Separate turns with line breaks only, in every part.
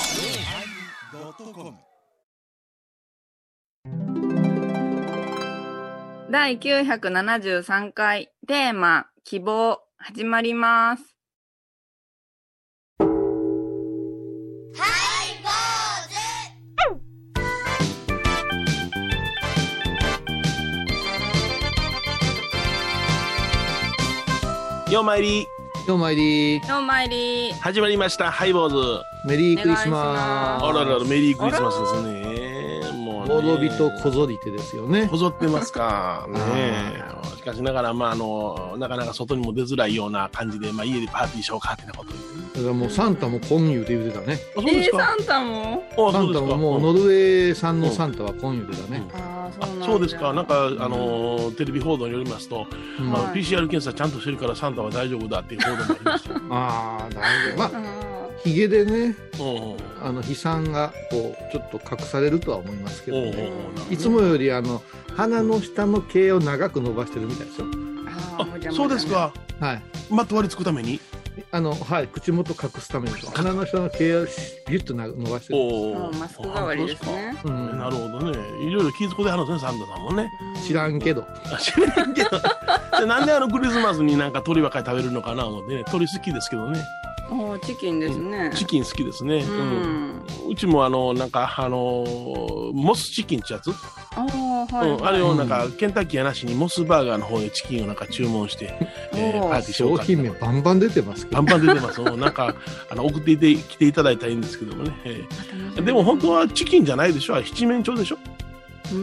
yosmir
第973回テーマ「希望」始まります。
ようまいり
ようまいりー
ようまいり
始まりましたハイボーズ
メリークリスマス
あらららメリークリスマスですねもうね
ボドビと小ぞり手ですよね
こぞってますかね
は
えしかしながらまああのなかなか外にも出づらいような感じでまあ家でパーティーしようかってなこと
だからもうサンタもコンユで言うてたね
あそうで
え
す
ー、サ
か
ンタも
あそう
サン
ですか
タももうノルウェー産のサンタはコンユでだね、
あ
あそうですかなんかあのテレビ報道によりますと
うん
まあ
はい
PCR 検査ちゃんとしてるからサンタは大丈夫だっていう報道もありましたよ
ああなるほどまあ
あ
ヒゲでね
うんうん
あの悲惨がこうちょっと隠されるとは思いますけど、
おうおう
ね、
おうなるほど
いつもよりあの鼻の下の毛を長く伸ばしてるみたいですよ
あもじゃ
あ
もじゃ
そうですか
はい
まとわりつくために
あのはい口元隠すために鼻の下の毛をビュッとな伸ばしてる
お
もうマスク代わりですね
う
あ
ん
なるほどねいろいろ気づこではるんですねサンタさんもね
知らんけど
あ知らんけど。でなんであのクリスマスになんか鳥ばっかり食べるのかな思ってね。鳥好きですけどね。
おチキンですね
チキン好きですね。
う
うん。
ん
うちもあの、なんか、あのーモスチキンってやつ、
あーはい、
うん、あれをなんか、ケンタッキーやなしにモスバーガーの方でチキンをなんか注文して、えー
おー
パーティーしよ
商
うかって
品名バンバン出てますけ
バ
ど
ンバン出てます。うんなんか、あの、送っていて来ていただいたらいいんですけどもね。えーでも本当はチキンじゃないでしょあれ七面鳥でしょ
うー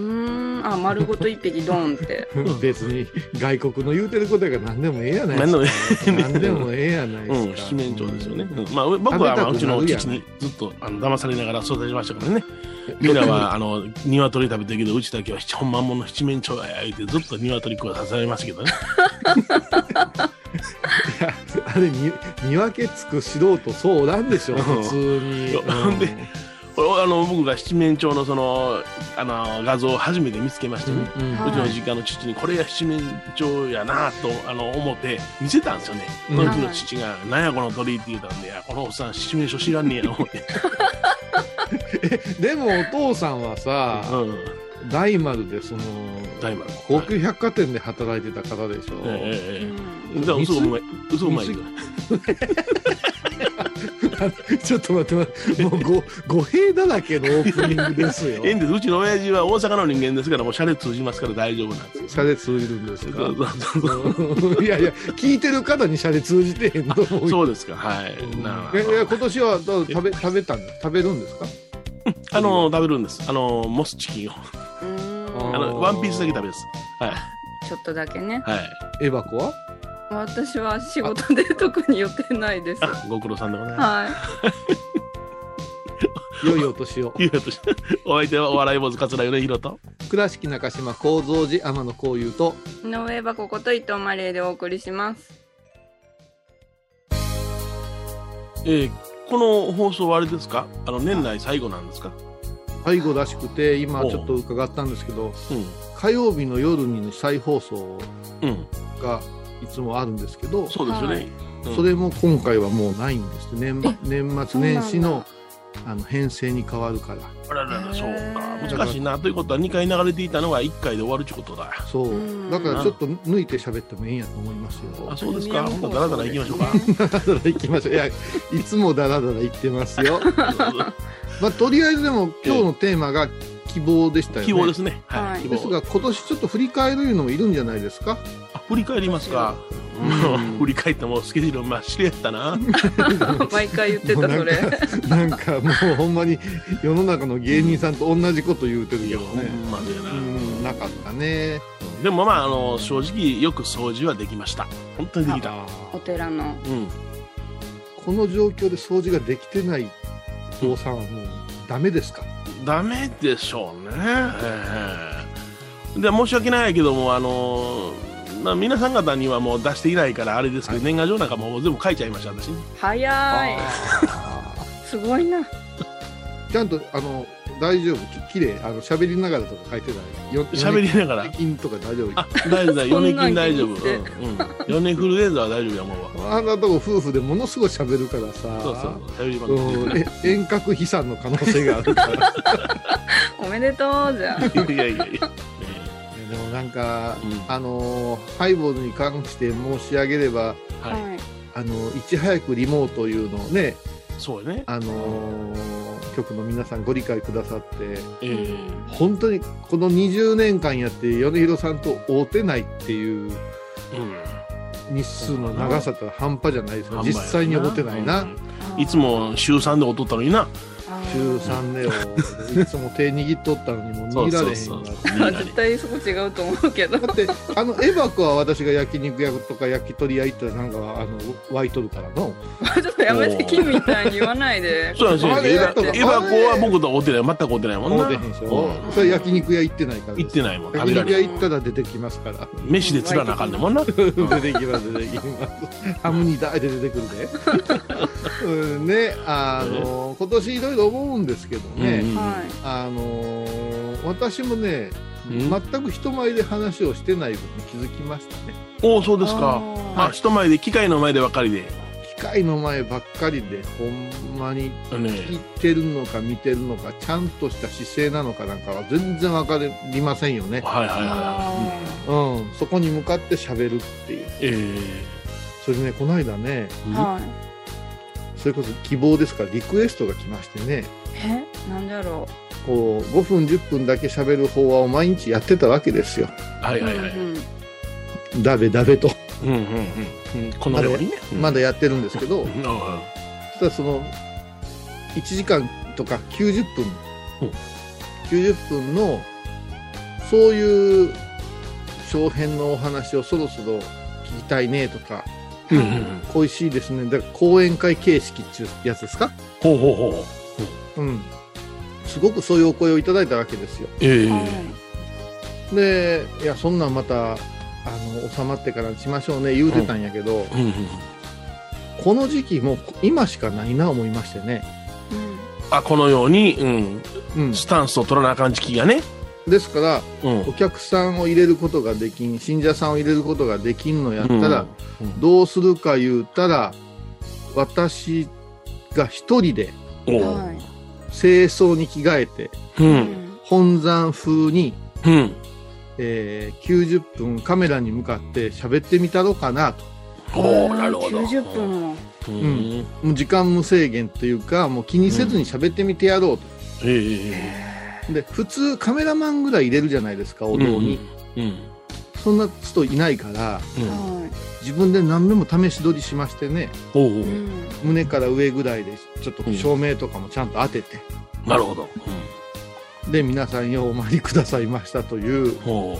んあ丸ごと一匹ドンって
別に外国の言うてることやから何でもええやない
何でもえ
ですか何でもええやないで
う
す
ん、
か
七面鳥ですよね。うんまあ、僕は、まあ、うちの父にずっとあの騙されながら育ちましたからね。みんなは、あの、鶏食べてるけど、うちだけは、ほんまもんの七面鳥や、言うて、ずっと鶏食わさせられますけどね。
いやあれ見見分けつく素人そうなんでしょ
うん
普通に、
そうなんでこれあの、僕が七面鳥の、その、あの、画像を初めて見つけまして
うん
ね。
うん
うちの実家の父にこれが七面鳥やなとあの思って見せたんですよね。
う
うんちの父が「なんやこの鳥」って言うたんでいや「このおっさん七面鳥知らんねや」思って。
でもお父さんはさ、
うん
大丸でその
大丸
高級百貨店で働いてた方でしょ、
えええええ
う
えじゃあ嘘うまい嘘うまい
見過ぎちょっと待って待ってもう ご語弊だらけのオープニングですよ
ええんですうちの親父は大阪の人間ですからもうシャレ通じますから大丈夫なんです
シャレ通じるんです
そう
か
そうそう
うんいやいや聞いてる方にシャレ通じてへんと思う
そうですかはいなあ
ええ今年はどう食べ食べたんだ食べるんですか
あの食べるんですあのモスチキンを
ーん
あの
おー
ワンピースだけ食べますはい
ちょっとだけね
はい
エバコは
私は仕事で特に予定ないですは
あご苦労さんでございま
い
良いお年を
すいうことで お相手はお笑い坊主桂米宏と
倉敷中島幸三寺天野幸雄と
井上はここと伊藤マレーでお送りします
えーこの放送はあれですかあの年内最後なんですか
最後らしくて今
おう
ちょっと伺ったんですけど
う
火曜日の夜に再放送
んうん
がいつもあるんですけど
そう
そ
ですよ
はい
ねうん
れも今回はもうないんです年年末年始のあの編成に変わるから
あらららそう
へー
か難しいなということは2回流れていたのが1回で終わるってことだ
そう
うん
だからちょっと抜いて喋ってもいいんやと思いますよ
あそうですかほんとダラダラいきましょうか
ダラダラ行きましょういやいつもダラダラ行ってますよまあ、とりあえずでも今日のテーマが希望でしたよね。
希望ですね。は
はい
い。希
です
望。
が今年ちょっと振り返るいうのもいるんじゃないですか。
あ振り返りますか。
うん
もう振り返ってもうスケジュール真っ白やったな。
毎回言ってたそれ
もうな んかもうほんまに世の中の芸人さんと同じこと言うてる
い
け
や、
ど
ほ
ね。
んまでや
う
な。
ん、なかったね。
でもまあ、あの、正直よく掃除はできました。本当にできた。
お寺の
うん。
この状況で掃除ができてないお父さんはもうダメですか。
ダメでしょうね。ええで、申し訳ないけども、あの、まあ、皆さん方にはもう出していないからあれですけど、年賀状なんかもう全部書いちゃいました、私ね。
早い
あ
すごいな
ーちゃんとあの大丈夫き綺麗あの喋りながらとか書いてないよ
喋りながら
最近とか大丈夫
あ大丈夫だよ
そ
米
んなん
金大丈
気
夫
にして
うんうん米フルデーズは大丈夫やもうわ
あんなとこ夫婦でものすごい喋るからさ
そうそうそう喋りまくって
うんえ遠隔飛散の可能性があ るからい
おめでとうじゃん。
いやいやいや。
やでもなんか、
うん
あのーハイボールに関して申し上げれば
い。
はい、
あのいち早くリモートいうのをね
そうやね。
あのー局の皆さんご理解くださって
ええ
本当にこの20年間やって米広さんと会うてないっていう日数の長さって半端じゃないです
うん
ね実際に会うてないな、
うんいつも週三でおっとったのにな。
週
あ
3でをいつも手握っとったのにもう握られへん
そうそうそ
が
う
ー。絶対そこ違うと思うけど。
だってあのエバコは私が焼肉屋とか焼き鳥屋行ったらなんかあの湧いとるからの
ちょっとやめてきみたいに言わないで。
そうなんです
あ
よ。
れ
エ
やっ
バコ
とか
は僕と会うてない。全く会うてないもん
思
な。
うてへんでしょ
うん
それ焼肉屋行ってないからで
行っ
す
てないもん。食
焼
べら
肉
れ
屋
へん。
行ったら出てきますから
飯でつらなあかんねんもんな。
出てきます出てきますハムに大で出てくるでうん ねあの今年いろいろ思うんですけど
うんう
ね、
ん
はい。
あの私もね
うん
全く人前で話をしてないことに気づきましたね
おお、そうですか。
あー
あ、人前で、機械の前でばかりで。
機械の前ばっかりでほんまに聞い
ね
てるのか見てるのかちゃんとした姿勢なのかなんかは全然分かりませんよね、
はいはいは
あ
うん、そこに向かって喋るっていう
い。ええ
それでねこの間ね
ー
うん
はい。
それこそ希望ですからリクエストが来ましてね
え、なんじゃろ
こう5分10分だけ喋る法話を毎日やってたわけですよ
は
う。
いはいはい。
う
うん
んうん
だべだべと、
うんうんうん。このようにね。
まだやってるんですけど、
うん。うんうん
そしたらその1時間とか90分、
うん
90分のそういう長編のお話をそろそろ聞きたいねとか
うんうんうん。
恋しいですねだから講演会形式っていうやつですか
ほうほうほう。
うんすごくそういうお声をいただいたわけですよ
ええ。
でいやそんなんまたあの収まってからにしましょうね言うてたんやけど、
うんうん。
この時期もう今しかないな思いましてね、
うん
あ、このように、うん。
うん、
スタンスを取らなあかん時期がね。
ですから
うん。
お客さんを入れることができん信者さんを入れることができんのやったら、
うんうん
どうするか言うたら私が一人で
おう
は
清掃に着替えて
う。
い。うんん。
本山風に、
うん。
えー90分カメラに向かって喋ってみたろかなと
おお、なるほど。
90分も。
うん。
うんもう時間無制限というかもう気にせずに喋ってみてやろうと、
ええ
で普通カメラマンぐらい入れるじゃないですかお堂に、。
うん。
そんな人いないから
うん。
は
自分で何べも試し撮りしましてね、
おうおう
い。うん。
胸から上ぐらいでちょっと照明とかもちゃんと当てて、
なるほど。
で皆さんようお参りくださいましたという
うんおう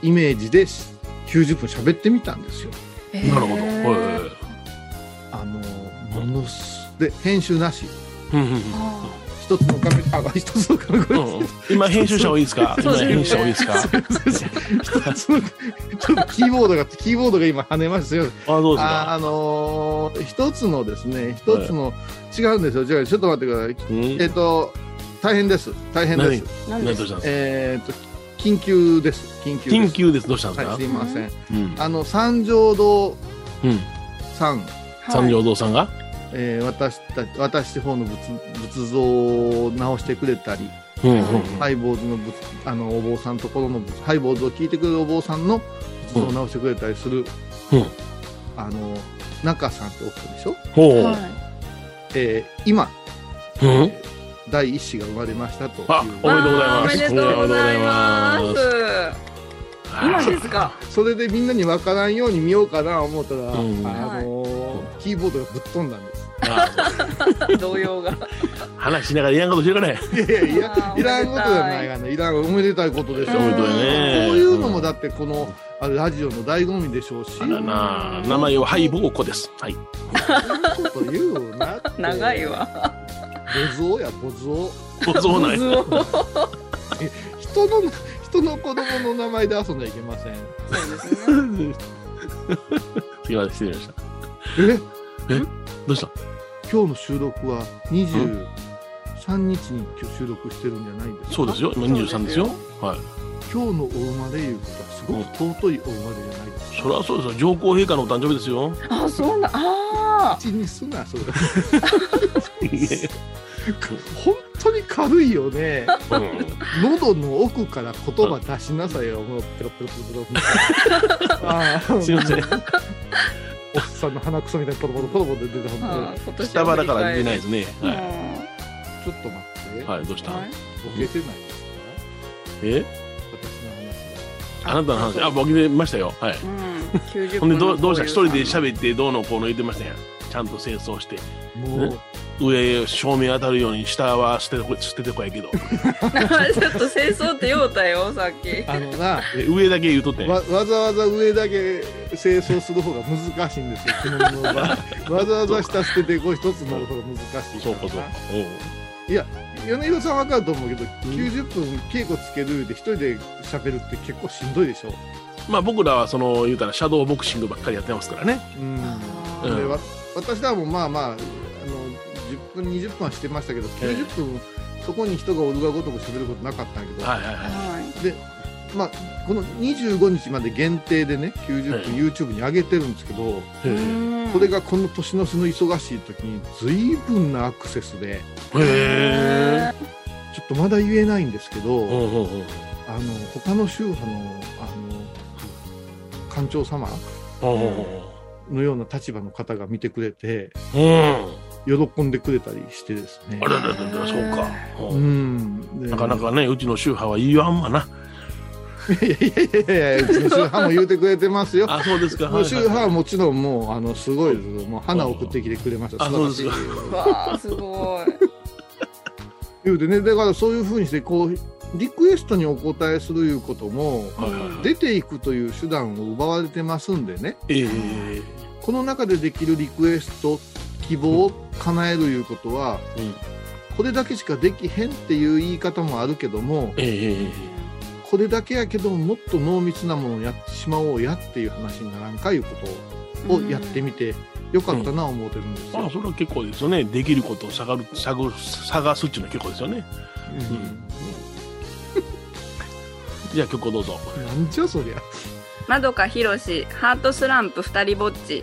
イメージで90分喋ってみたんですよ。
なるほど。
へ
はい
ー
はいはい
あのものすで編集なし
うんうん
あ
一つのカメラあ一つのカメラ
うんうん今編集者多いですか
そうで
今
すね
編集者多いですか
一つのちょっとキーボードが キーボードが今跳ねましたよ。
あ、どうです
あー
か
あのー一つのですね一つの、違うんですよ違うちょっと待ってください。
うん
えっ、と大変です大変です。
ーなんで
何ど
す
うしたんです
えっ、と緊急です緊急
か
で
緊
す。
急です。どうしたんです
はい、
か
すいません。
うん。
あの、三条堂
うん。
さん、
か
三条堂さんが
えー私た私地方の仏仏像を直してくれたり、
うんうんうん。
ハイボーズの仏あのお坊さんのところの仏ハイボーズを聞いてくれるお坊さんの仏像を直してくれたりする、
うん
あの中さんってお人でしょ、
ほう。
は
えー今
うん
第一子が生まれましたという
あおめでとうございま
わ
す
ーおめでとうございます。今ですか。
それでみんなにわからんように見ようかな思ったら、
うん
あのーキーボードがぶっ飛んだんです。
あー
動揺が。
話しながらいらんことしてるからね。
いやいやい
あ
や、
ー
いらんことじゃないがね、いらん、おめでたいことでしょ。
おめでたいね
そういうのもだって、この、あラジオの醍醐味でしょうし。
あらな名前はハイボーコです。はい。
そういうこと言うなって。
長い。わ。
ボゾや、ボゾ
そう なんや。
水を
人の、人の子供の名前で遊んじゃいけません。
そうですね。
すいません、失礼しました。
え、
どうした
今日の収録は二十23日に今日収録してるんじゃないですか
そうですよ、今23ですよ。
そう
はい。
今日のお生まれいうことはすごく尊いお生まれじゃないですか
それはそうですよ。上皇陛下のお誕生日ですよ。
あ、そうな、あ
口にすなそれ
ね
本当に軽いよね
うん
喉の奥から言葉出しなさいよもうペロペロペロペロあ あ
すいません。
おっさんの鼻くそみたいにポロポロポロポロ出てた
あ、ああ
本
今年
下
は
腹
振り
か
返
ら出
る
ないですね。
うん
は
当にちょっと待って、
い。はい、どうした
はい
ボケてないですか
え
私の話
あなたの話、あ、僕でましたよ。はい。
うん、90
ほんで、どうどうした一人で
ゃ
喋って、どうのこうの言ってましたやん。ちゃんと清掃して。
がもう
上、照明当たるように下は捨ててこ捨ててこやけ ど。
ちょっと清掃って言うたよ、さっき。
あのな
で上だけ言うとってん。
わわざわざ上だけ清掃する方が難しいんですよ着物の場合わざわざ下捨ててこう一つになる方が難しい
そうかそうか。うん
米広さん分かると思うけど、90分稽古つけるで一人で喋るって結構しんどいでしょ
まあ僕らはその言うたらシャドーボクシングばっかりやってますからね。
うん
あ
ー
でわ私らもまあまああの10分20分はしてましたけど
ええ
90分そこに人がおるがごとく喋ることなかったんやけど、
はいはいは
は
まあ、この25日まで限定でね90分 YouTube に上げてるんですけど、
い。
い。
へ
うん
これがこの年の瀬の忙しい時に随分なアクセスで
え。へえ。
ちょっとまだ言えないんですけど、
うんうんうん。
あの他の宗派のあの官長様
うんうん
のような立場の方が見てくれて
うん。うん。
喜んでくれたりしてですね
あらららら、そうか。
う
うん
んで
なかなかね、うちの宗派は言わんわな。
いやいやいやいやうちの宗派も言うてくれてますよ
あ、そうですか。
もう宗派は
は
もちろんもうあのすごいですもう花を送ってきてくれました
あそうですか
素晴らしい
わあ、すごい。
言うてねだからそういうふうにしてこうリクエストにお答えするいうことも
いはいはいはい。
出ていくという手段を奪われてますんでね
ええ
この中でできるリクエスト希望を叶えるいうことは、
うん
これだけしかできへんっていう言い方もあるけども
ええ
これだけやけどももっと濃密なものをやってしまおうやっていう話にならんかいうことをやってみてよかったな思ってるんです
まあ、
よ。
それは結構ですよね。できることを探る、探る、探すっていうのは結構ですよね。
う
うん
ん
じゃあ曲をどうぞ。
なんじゃそりゃ。
まどかひろし、ハートスランプ二人ぼっち。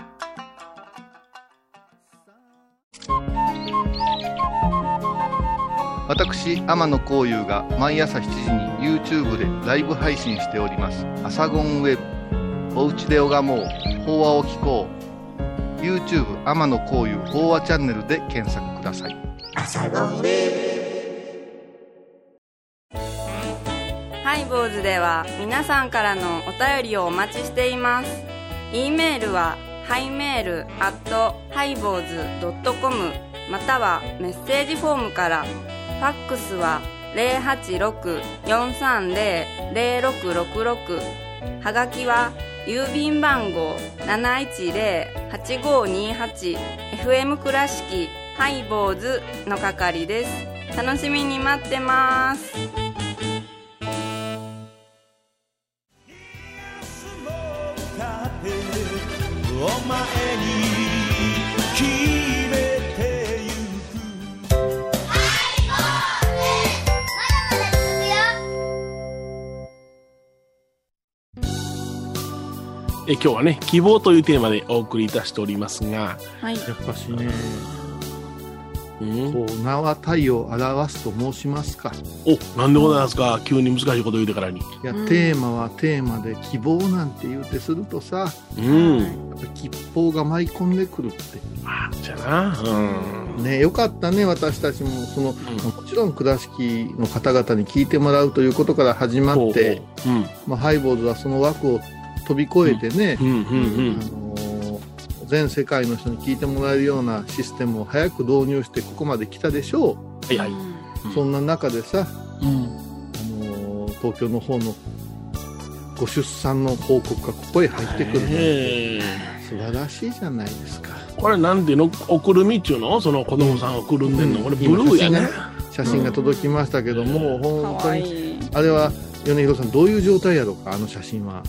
私天野幸雄が毎朝7時に YouTube でライブ配信しております「アサゴンウェブ」「おうちで拝もう法話を聞こう」YouTube 天野幸雄法話チャンネルで検索ください
ハイボーズでは皆さんからのお便りをお待ちしています。e メールはハイメールアットハイボーズドットコムまたはメッセージフォームから、ファックスは086-430-0666はがきは郵便番号 710-8528FM 倉敷ハイボーズの係です。楽しみに待ってます。
え今日はね、希望というテーマでお送りいたしておりますが、
はい。
やっぱしね、
うん、
こう名は体を表すと申しますか。
お、なんでございますか急に難しいこと言うてからに。
いや、
うん
テーマはテーマで希望なんて言うてするとさ、
うん。
やっぱ吉報が舞い込んでくるって。
あ、じゃあな。うん。
ね、よかったね私たちもその、もちろん倉敷の方々に聞いてもらうということから始ま
ほうほう
って、
うん。
まあ、ハイボールはその枠を飛び越えてね、
うんうんう
あ
ん。
のー全世界の人に聞いてもらえるようなシステムを早く導入してここまで来たでしょ
はいはい。
う、
うん
そんな中でさ、
うん。
あのー東京の方のご出産の報告がここへ入ってくるなんて素晴らしいじゃないですか
これなんていうのおくるみっちゅうのその子供さんがくるんでんの、
うん
これブルーやね。
写真が届きましたけども、
か
本当
わい
に
い。
あれは米広さんどういう状態やろうかあの写真は、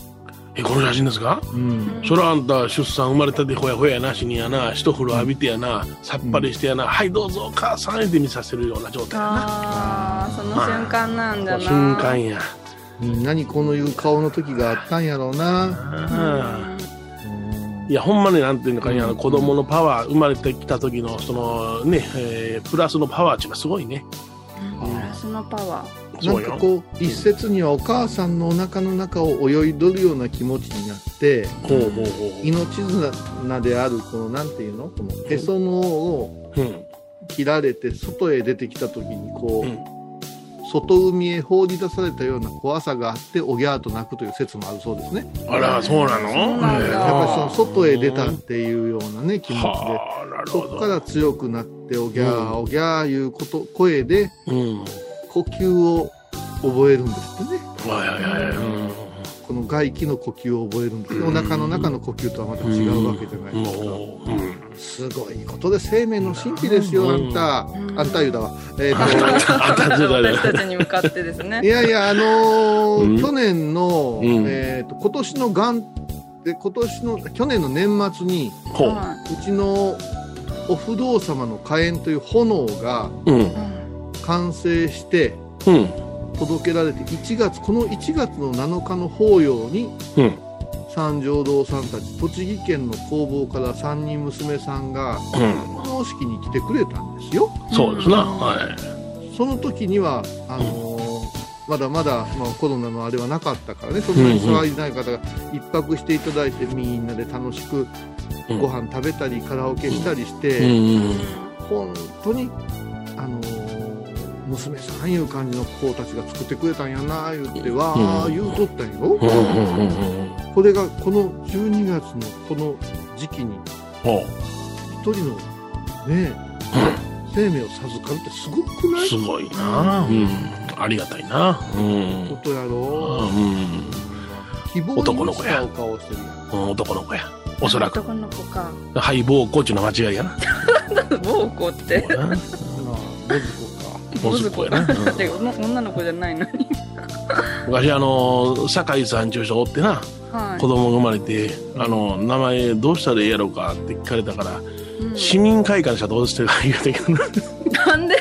え、この写真ですか
うん、
そらあんた出産生まれたてほやほややなしにやな一風呂浴びてやなさっぱりしてやな、はいどうぞお母さん言うて見させるような状態やな
ああ、その瞬間なんだな。
瞬間や
みんなにこのいう顔の時があったんやろうな、
うん
うん
いやほんまねなんていうのかね、あの
うん
子供のパワー生まれてきた時のそのね、えープラスのパワーっていうのはすごいね
うんそのパワー。
な
そうん
か
よ
こう一説にはお母さんのお腹の中を泳いどるような気持ちになって
ほうほうほう
命綱であるこのなんていうのこのへその緒を
うん
切られて外へ出てきた時にこう、
うん
外海へ放り出されたような怖さがあっておぎゃーと泣くという説もあるそうですね
あらそうなの
そうなんだ
えー
やっぱりその外へ出たっていうようなね気持ちで
はあなる
そ
ほ
こ
ど
から強くなっておぎゃー、
う
おぎゃーいうこと声で
うん
呼吸を覚えるんですってね
はいはいはいうん
この外気の呼吸を覚えるんですねお
うん
腹の中の呼吸とはまた違うわけじゃないですか
もううん
すごいことで生命の神秘ですよあ
うん
んた
うん
あんた言うだわえ
あ
ーと
あたずらだよ
私たちに向かってですね
い。やいやあの
うん
ー去年の
うん
えーと今年の元で今年の去年の年末に
ほう
は
うちのお不動様の火炎という炎が
うん
いうん
完成して
うん
届けられて1月この1月の7日の法要に、
うん
三条堂さんたち栃木県の工房から3人娘さんが
うん
奉納式に来てくれたんですよ
そうですなはい
その時にはあのーまだまだ、まあ、コロナのあれはなかったからねそんなに騒いでない方が一泊していただいてみんなで楽しく
うん
ご飯食べたりカラオケしたりして、
うん
本当にあのー娘さんいう感じの子たちが作ってくれたんやな言ってわあ言うとったんよ、
うんうんうんうん
これがこの12月のこの時期に
ほ
一人のね生命を授かるってすごくな
う
い
すごいなうんありがたいなうん
ことや
う
ろうん希望
男の
に
子
し
や
たお顔してるやん
うん男の子やおそらく
男の子か。
ハイボーコーチの間違い やな
某子って。
そうやな
なあどず
ボズコやなうん
だって女の子じゃないのに。
昔あの酒井さん中所おってな
はい
子。供が生まれてあの名前どうしたらええやろうかって聞かれたから
うん
市民会館しかどうしてない言うてけど
なんで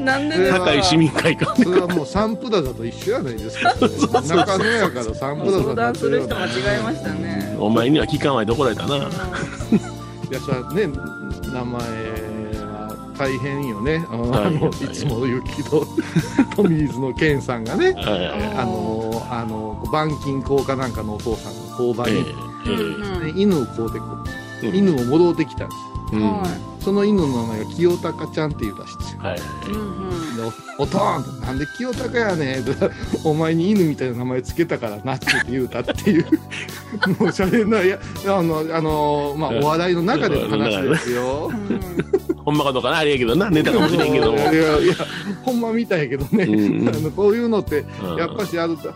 なんでですか
酒井市民会館
こかそれはもうサンプラザと一緒やないです か中野やからサンプラザ
相談する
よう
人
な
間違えましたね。
お前には聞かないで怒られたな
やそれはね名前は大変よねあの
大変
あのい
大変
つも言うけどトミーズのケンさんがね
はいはい
あのあの板金工かなんかのお父さんの工場
え
に、
ええ
うん
で犬を買うてくる、
うん
犬を戻ってきたんで
えうんは
は
すその犬の名前が清高ちゃんっていうらしいんですよ
い
いうんうん
でおおとーんとなんで清高やねんとお前に犬みたいな名前つけたからなって言うたって いうもうしゃれないやあのあのまあお笑いの中での話です よ
うん
ほんまかどうかなあれやけどなネタかもしれんけども
いやいやほんまみたいやけどね、
うん
あのこういうのって
うん
やっぱしあると、それ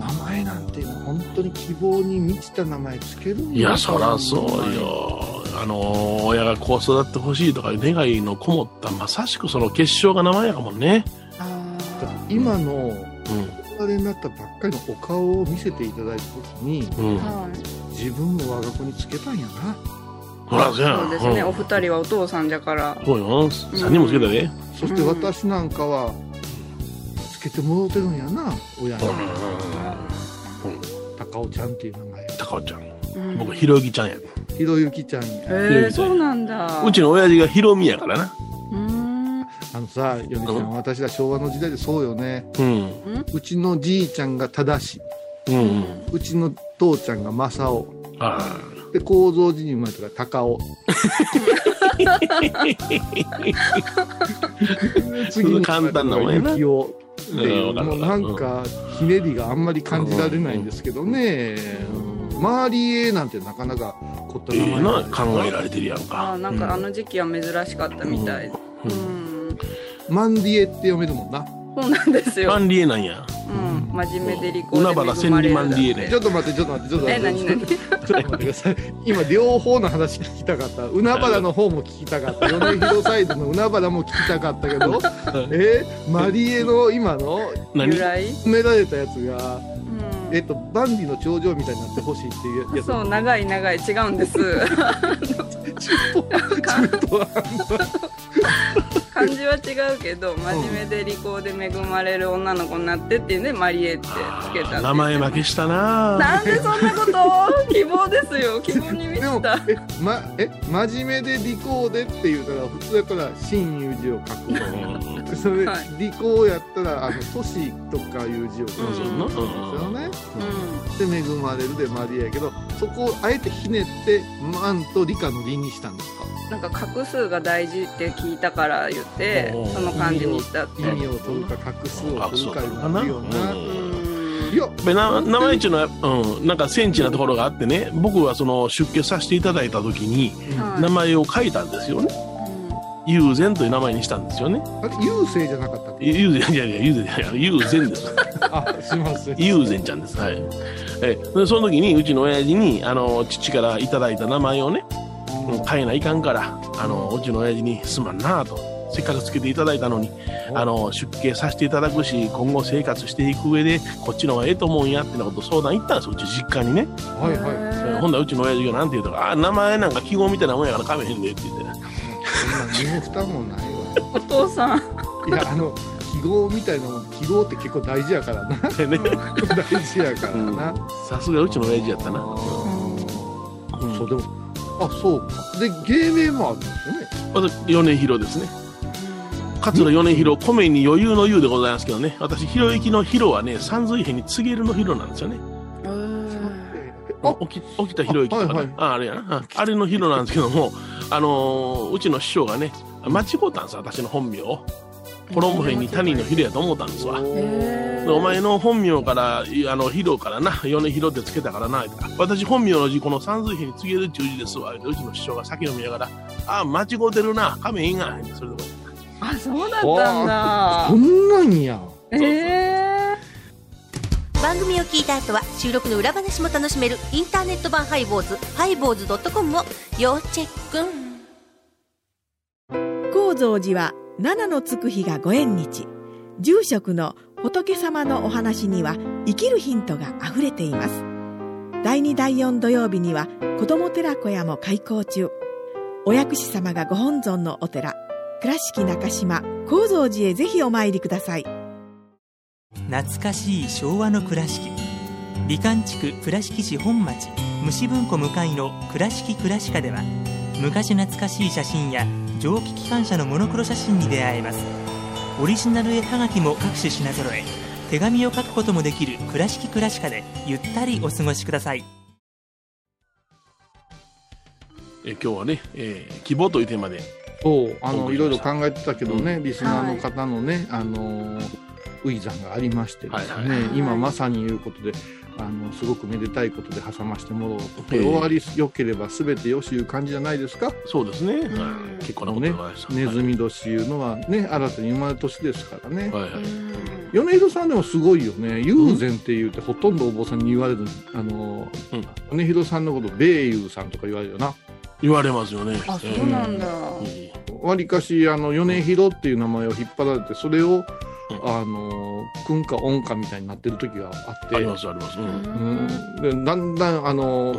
名前なんていうのは本当に希望に満ちた名前つけるんだ
いやそらそうよあの親がこう育ってほしいとかいう願いのこもったまさしくその結晶が名前やもんね
あ
だって今の
う
あれになったばっかりのお顔を見せていただいた時に
んうん
ーはい
自分も我が子につけたんやな
ほらじゃ
そうですね。お二人はお父さんじゃから。
そうよ3人もつけたで
そして私なんかはつけてもろてるんやな親に高尾ちゃんっていう名前
高尾ちゃん
うん
僕ひろゆきちゃんや
ひろゆきちゃんに
へえそうなんだ。
うちの親父がひろみやからな
うーん。
あのさ米ちゃん私ら昭和の時代でそうよね
うん
うちのじいちゃんが正し
うんうん
うちの父ちゃんが正雄
あ
で構造寺に生まれたから高尾次に
簡単なも んやな
雪をっていう
うんわかるわ
もう
か
な
る
んかひねりがあんまり感じられないんですけどね、周りへなんてなかなか凝った
え
名
え
前
な
ですか
考えられてるやん
あ
か
あなんかあの時期は珍しかったみたいうん、
マンディエって読めるもんな
そうなんです
マ
よ、
ンリエなんや
うん、真面目で利口
海原
で恵ま
千
れ
里
る
マンリエ
ち
ね
ょっと待ってちょっと待ってちょっと待
え
って
何何
ちょっと待ってください。今両方の話聞きたかった。海原の方も聞きたかった。米広サイドの海原も聞きたかったけど、えーマリエの今の
何
由来、
詰められたやつが、
うん
えっとバンディの頂上みたいになってほしいっていうやつ。
そう長い長い違うんです
中途半端
漢字は違うけど真面目で利口で恵まれる女の子になってっていうんでマリエってつけたっていう
名前負けしたな
なんでそんなこと希望ですよ希望に満
でも
ちた
え,、ま、え真面目で利口でっていうたら普通やったら真いう字を書く
う
の。
ん
それ、
はい
利口やったらあの都市とかいう字を書くんです
うん
よね。
う
で恵まれるでマリアやけどそこをあえてひねってマンと理科の理にしたんですか
ん、なんか画数が大事って聞いたから言って
おー
その感じにしたって
意味を取るか画数を取るかになるよな。
うん
うん
いや
でな名前っていうのは、うん、なんかセンチなところがあってね僕はその出家させていただいた時に
はい
名前を書いたんですよね友禅という名前にしたんですよね
あれ優勢じゃなかったっけ
ゆ友禅いやいや友禅じゃない友禅です
あすいません。
友禅ちゃんですはいえでその時にうちの親父にあの父からいただいた名前をねうん変えないかんからあのうちの親父に「すまんな」と。せっかくつけていただいたのにあの出家させていただくし今後生活していく上でこっちの方がええと思うんやってなことを相談行ったんですようち実家にね
はいはい。
えーほんだらうちの親父がなんて言うたか「あ名前なんか記号みたいなもんやからかめへんで」って言って
そんな身も蓋もないわ。
お父さん
いやあの記号みたいなもん記号って結構大事やからな
でね
大事やからな。
さすがうちの親父やったな、う
そ
ん
うでもあそうか。で芸名もあるんですよね。
まず米広ですね桂米広米に余裕の裕でございますけどね私ひろゆきの広はね三髄編に告げるの広なんですよね
あ
沖沖田博之とかね、
あはい
ああれや
はい
なああれの広なんですけども、あのーうちの師匠がね間違うたんです私の本名を衣編に谷の広やと思ったんですわでお前の本名からいあの広からな米広ってつけたからな私本名の字この三髄編に告げる中字ですわうちの師匠が酒飲みながら「ああ間違うてるな亀いいが」それでも
あそうだったんだ
こんなんや。
え
番組を聞いた後は収録の裏話も楽しめるインターネット版ハイボーズハイボーズドットコムを要チェック
高蔵寺は七のつく日がご縁日住職の仏様のお話には生きるヒントがあふれています第2第4土曜日には子ども寺小屋も開校中お薬師様がご本尊のお寺倉敷中島・高蔵寺へぜひお参りください
懐かしい昭和の倉敷美観地区倉敷市本町虫文庫向かいの「倉敷倉敷科」では昔懐かしい写真や蒸気機関車のモノクロ写真に出会えますオリジナル絵はがきも各種品揃え手紙を書くこともできる「倉敷倉敷科」でゆったりお過ごしください
え今日はね、えー希望というテーマで
そうあ
お送
の
り
い
しま
ろい
し
ろ
た
考えてたけどね、リスナーの方のね、あのウイザンがありましてですね、
はいは
今まさにいうことであのすごくめでたいことで挟ましてもらおうと、
ええ
終わりよければ全てよしいう感じじゃないですか
そうですね、はい、結構なことでございました、
ネズミ年いうのはね新たに生まれた年ですからね、
はいはいはい
米広さんでもすごいよね友禅って言うてほとんどお坊さんに言われるあの、
うん
米広さんのこと米友さんとか言われるよな
言われますよね
あそうなんだ
えー
わりかしあの米広っていう名前を引っ張られてそれを、
うん
あの君か恩かみたいになってる時があって
ありますあります、うん
うん、でだんだんあの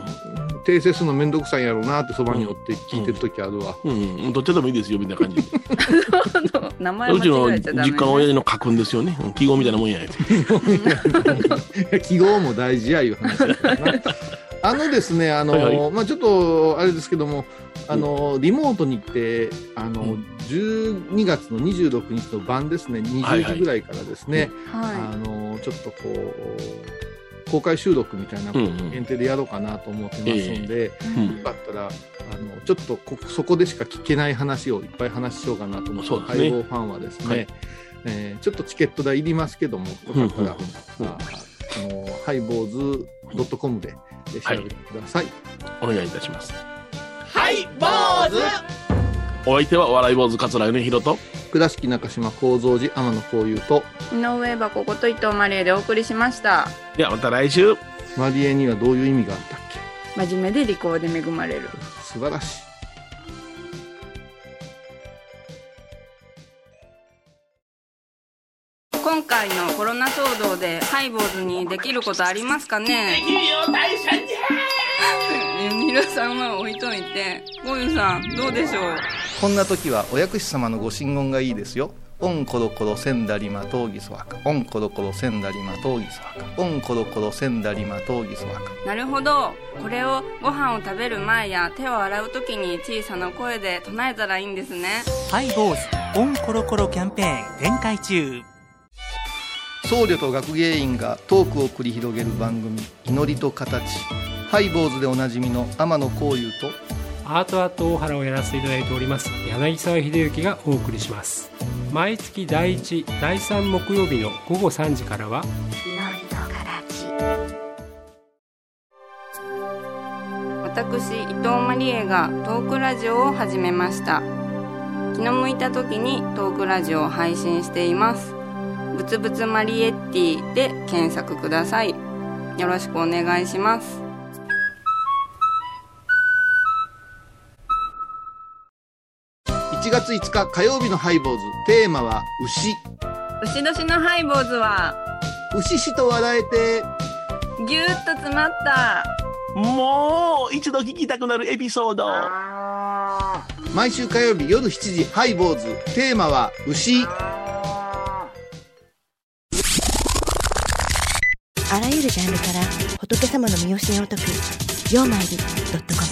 訂正するの面倒くさいんやろうなってそばに寄って聞いてる時あるわ、
うん、どっちでもいいですよみたいな感じで
名前
うちの
間違えちゃダメ、
実家の親父の家訓ですよねうん記号みたいなもんや言うて
記号も大事やいう話だからなあのですねあの、
はいは
まあ、ちょっとあれですけどもあのリモートに行ってあの、
う
12月の26日の晩ですね
はい
20
はい
時ぐらいからですね、
は
あのちょっとこう公開収録みたいな
うんう
限
ん
定でやろうかなと思ってますんで、
うん
よかったらあのちょっとこそこでしか聞けない話をいっぱい話しようかなと思って、
そうですね
相棒ファンはですね、
はい
えーちょっとチケット代いりますけどもよかった
うん
ら、
うんうん
ああのハイボーズ .com でえー調べてください、
お願いいたします
はい坊主
お相手は笑い坊主桂米宏と
倉敷中島幸三寺天野幸雄と
井上はここと伊藤マリエでお送りしました
ではまた来週
マリエにはどういう意味があったっ
け真面目で利口で恵まれる
素晴らしい
今回のコロナ騒動でハイボーズにできることありますかね
できるよ大社じ
ゃ皆さんは置いといてゴユさんどうでしょう
こんな時はお薬師様のご神言がいいですよオンコロコロセンダリマトウギソワカオンコロコロセンダリマトウギソワカオンコロコロセンダリマトウギソワカ
なるほどこれをご飯を食べる前や手を洗う時に小さな声で唱えたらいいんですね
ハイボーズオンコロコロキャンペーン展開中
僧侶と学芸員がトークを繰り広げる番組「祈りと形」ハイボーズでおなじみの天野幸雄と
アートアート大原をやらせていただいております柳沢秀幸がお送りします毎月第1第3木曜日の午後3時からは
祈りと形
私伊藤マリエがトークラジオを始めました気の向いた時にトークラジオを配信していますぶつぶつマリエッティで検索くださいよろしくお願いします
1月5日火曜日のハイボーズテーマは牛
牛年のハイボーズは
牛しと笑えて
ぎゅっと詰まった
もう一度聞きたくなるエピソード
毎週火曜日夜7時ハイボーズテーマは牛
あらゆるジャンルから仏様の身教えを解く「曜マイル .com」